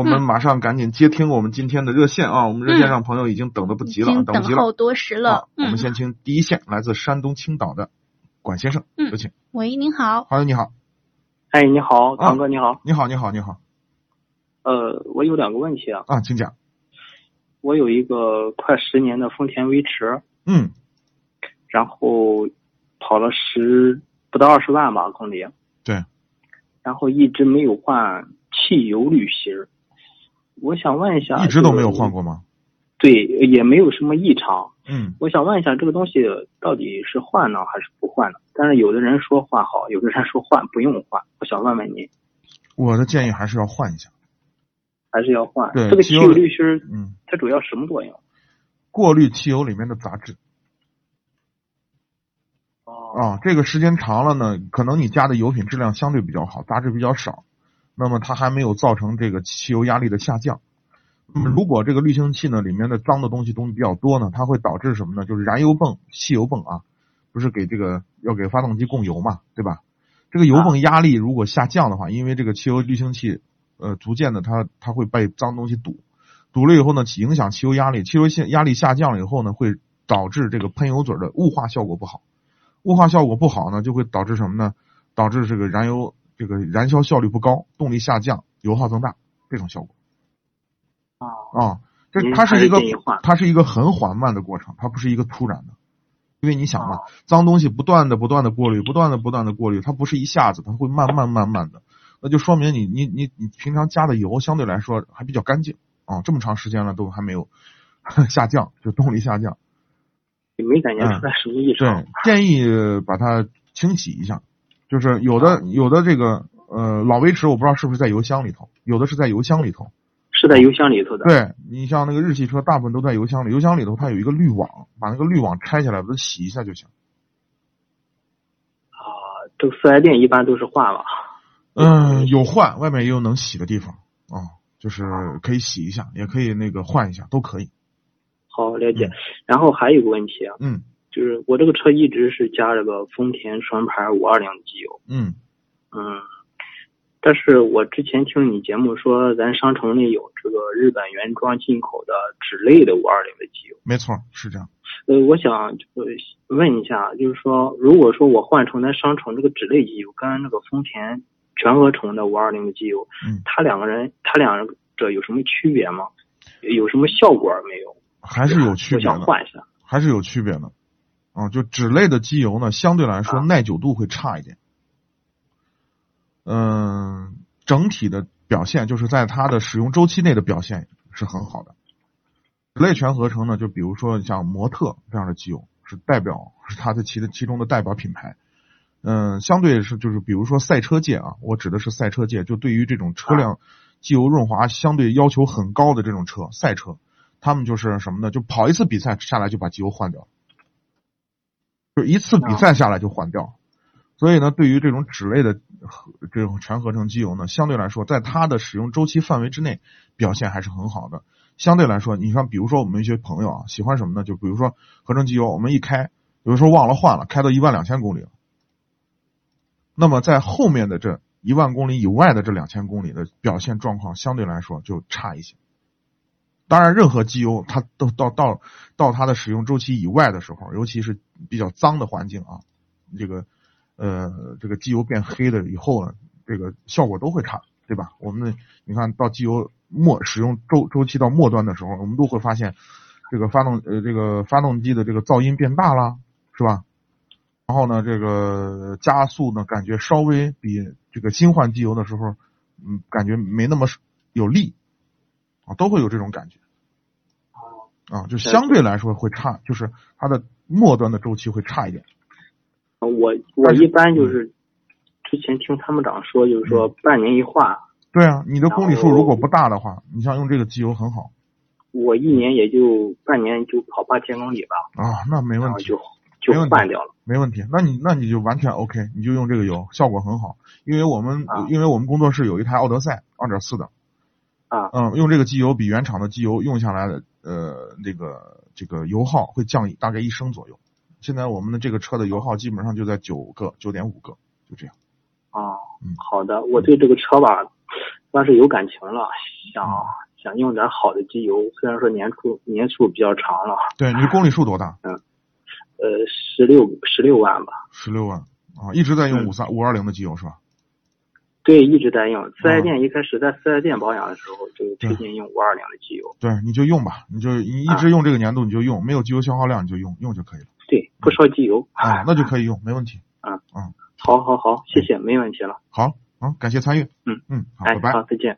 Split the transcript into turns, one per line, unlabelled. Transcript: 我
嗯
们马上赶紧接听我们今天的热线啊！我们热线上朋友已经等得不及了，
已经
等不及
等
了
候。多时
啊
了。
我们
嗯，
先听第一线，来自山东青岛的管先生，
嗯
有请。
喂，您好，
朋友你好，
哎，你好，
啊
堂哥，你好。
你好，你好，你好
呃，我有两个问题啊。
啊，请讲。
我有一个快十年的丰田威驰，
嗯
然后跑了十不到二十万吧公里。
对。
然后一直没有换汽油滤芯儿。我想问一下，
一直都没有换过
过。
吗？
对，也没有什么异常。
嗯
我想问一下，这个东西到底是换呢还是不换呢？但是有的人说换好，有的人说换不用换。我想问问您，
我的建议还是要换一下。
还是要换？
对
这个
汽
汽
油
油
滤
滤芯儿
嗯，
它主要什么作用？
过滤汽油里面的杂质
哦
啊，这个时间长了呢，可能你加的油品质量相对比较好，杂质比较少，那么它还没有造成这个汽油压力的下降。那么如果这个滤清器呢里面的脏的东西东西比较多呢，它会导致什么呢？就是燃油泵、汽油泵啊，不是给这个要给发动机供油嘛，对吧？这个油泵压力如果下降的话，因为这个汽油滤清器呃逐渐的它它会被脏东西堵，堵了以后呢，起影响汽油压力，汽油下压力下降了以后呢，会导致这个喷油嘴儿的雾化效果不好，雾化效果不好呢，就会导致什么呢？导致这个燃油这个燃烧效率不高，动力下降，油耗增大这种效果
哦
啊。这
您
它
还
是
是
一个
建议换
它是一个很缓慢的过程，它不是一个突然的，因为你想嘛
哦，
脏东西不断的不断的过滤，不断的不断的过滤，它不是一下子，它会慢慢慢慢的，那就说明你你你你平常加的油相对来说还比较干净啊，这么长时间了都还没有 下降，就动力下降。
也没感觉出来什么异常
嗯对。，建议把它清洗一下，就是有的有的这个呃老威驰我不知道是不是在油箱里头，有的是在油箱里头。
是在油箱里头的。
对你像那个日系车，大部分都在油箱里，油箱里头它有一个滤网，把那个滤网拆下来，把它洗一下就行。
啊，这个四 S 店一般都是换了。
嗯，有换，外面也有能洗的地方啊、就是可以洗一下，也可以那个换一下，都可以。
好，了解。
嗯
然后还有个问题啊，
嗯
就是我这个车一直是加这个丰田双排五二零机油，
嗯
嗯，但是我之前听你节目说，咱商城里有这个日本原装进口的脂类的五二零的机油，
没错，是这样。
呃，我想就是问一下，就是说，如果说我换成咱商城这个脂类机油，跟那个丰田全合成的五二零的机油，
嗯，
它两个人，它两者有什么区别吗？有什么效果没有？
还是有区
我
别
想
的，
换一下。
还是有区别的。啊，就脂类的机油呢，相对来说
啊
耐久度会差一点。嗯，整体的表现就是在它的使用周期内的表现是很好的。脂类全合成呢，就比如说像模特这样的机油，是代表是它的其的其中的代表品牌。嗯，相对是就是比如说赛车界啊，我指的是赛车界，就对于这种车辆机油润滑相对要求很高的这种车，赛车，他们就是什么呢？就跑一次比赛下来就把机油换掉，就一次比赛下来就换掉。所以呢，对于这种脂类的和这种全合成机油呢，相对来说，在它的使用周期范围之内，表现还是很好的。相对来说，你像比如说我们一些朋友啊，喜欢什么呢？就比如说合成机油，我们一开，有的时候忘了换了，开到一万两千公里了。那么在后面的这一万公里以外的这两千公里的表现状况，相对来说就差一些。当然，任何机油它都到到到它的使用周期以外的时候，尤其是比较脏的环境啊，这个呃这个机油变黑了以后呢，这个效果都会差，对吧？我们你看到机油末使用周周期到末端的时候，我们都会发现这个发动呃这个发动机的这个噪音变大啦，是吧？然后呢，这个加速呢，感觉稍微比这个新换机油的时候，嗯，感觉没那么有力啊，都会有这种感觉啊，就相对来说会差，就是它的末端的周期会差一点。
我我一般
嗯
就是之前听参谋长说，就是说半年一换，
对啊，你的公里数
然后
如果不大的话，你像用这个机油很好
我一年也就半年就跑八千公里吧，
啊，那没
然
问
后
题。
就就
没问题
换掉了。
没问题，那你那你就完全 OK，你就用这个油，效果很好。因为我们、
啊
因为我们工作室有一台奥德赛二点四的，
啊
嗯，用这个机油比原厂的机油用下来的呃那个这个油耗会降一大概一升左右。现在我们的这个车的油耗基本上就在九个九点五个，就这样。
哦
嗯，
好的，我对这个车吧，算是有感情了，想
嗯
想用点好的机油，虽然说年数年数比较长了，
对你公里数多大？
呃，十六十六万吧。
十六万啊，一直在用
嗯
五三五二零的机油是吧？
对，一直在用。四
嗯
S 店一开始在四 S 店保养的时候，就推荐用五二零的机油。
对，你就用吧，你就你一直用这个粘度你就用，没有机油消耗量你就用用就可以了。
对，不烧机油。
啊，那就可以用，没问题。
好好好，谢谢，没问题了。
好，啊，感谢参与。
嗯
嗯，好，
哎
拜，拜。
好，再见。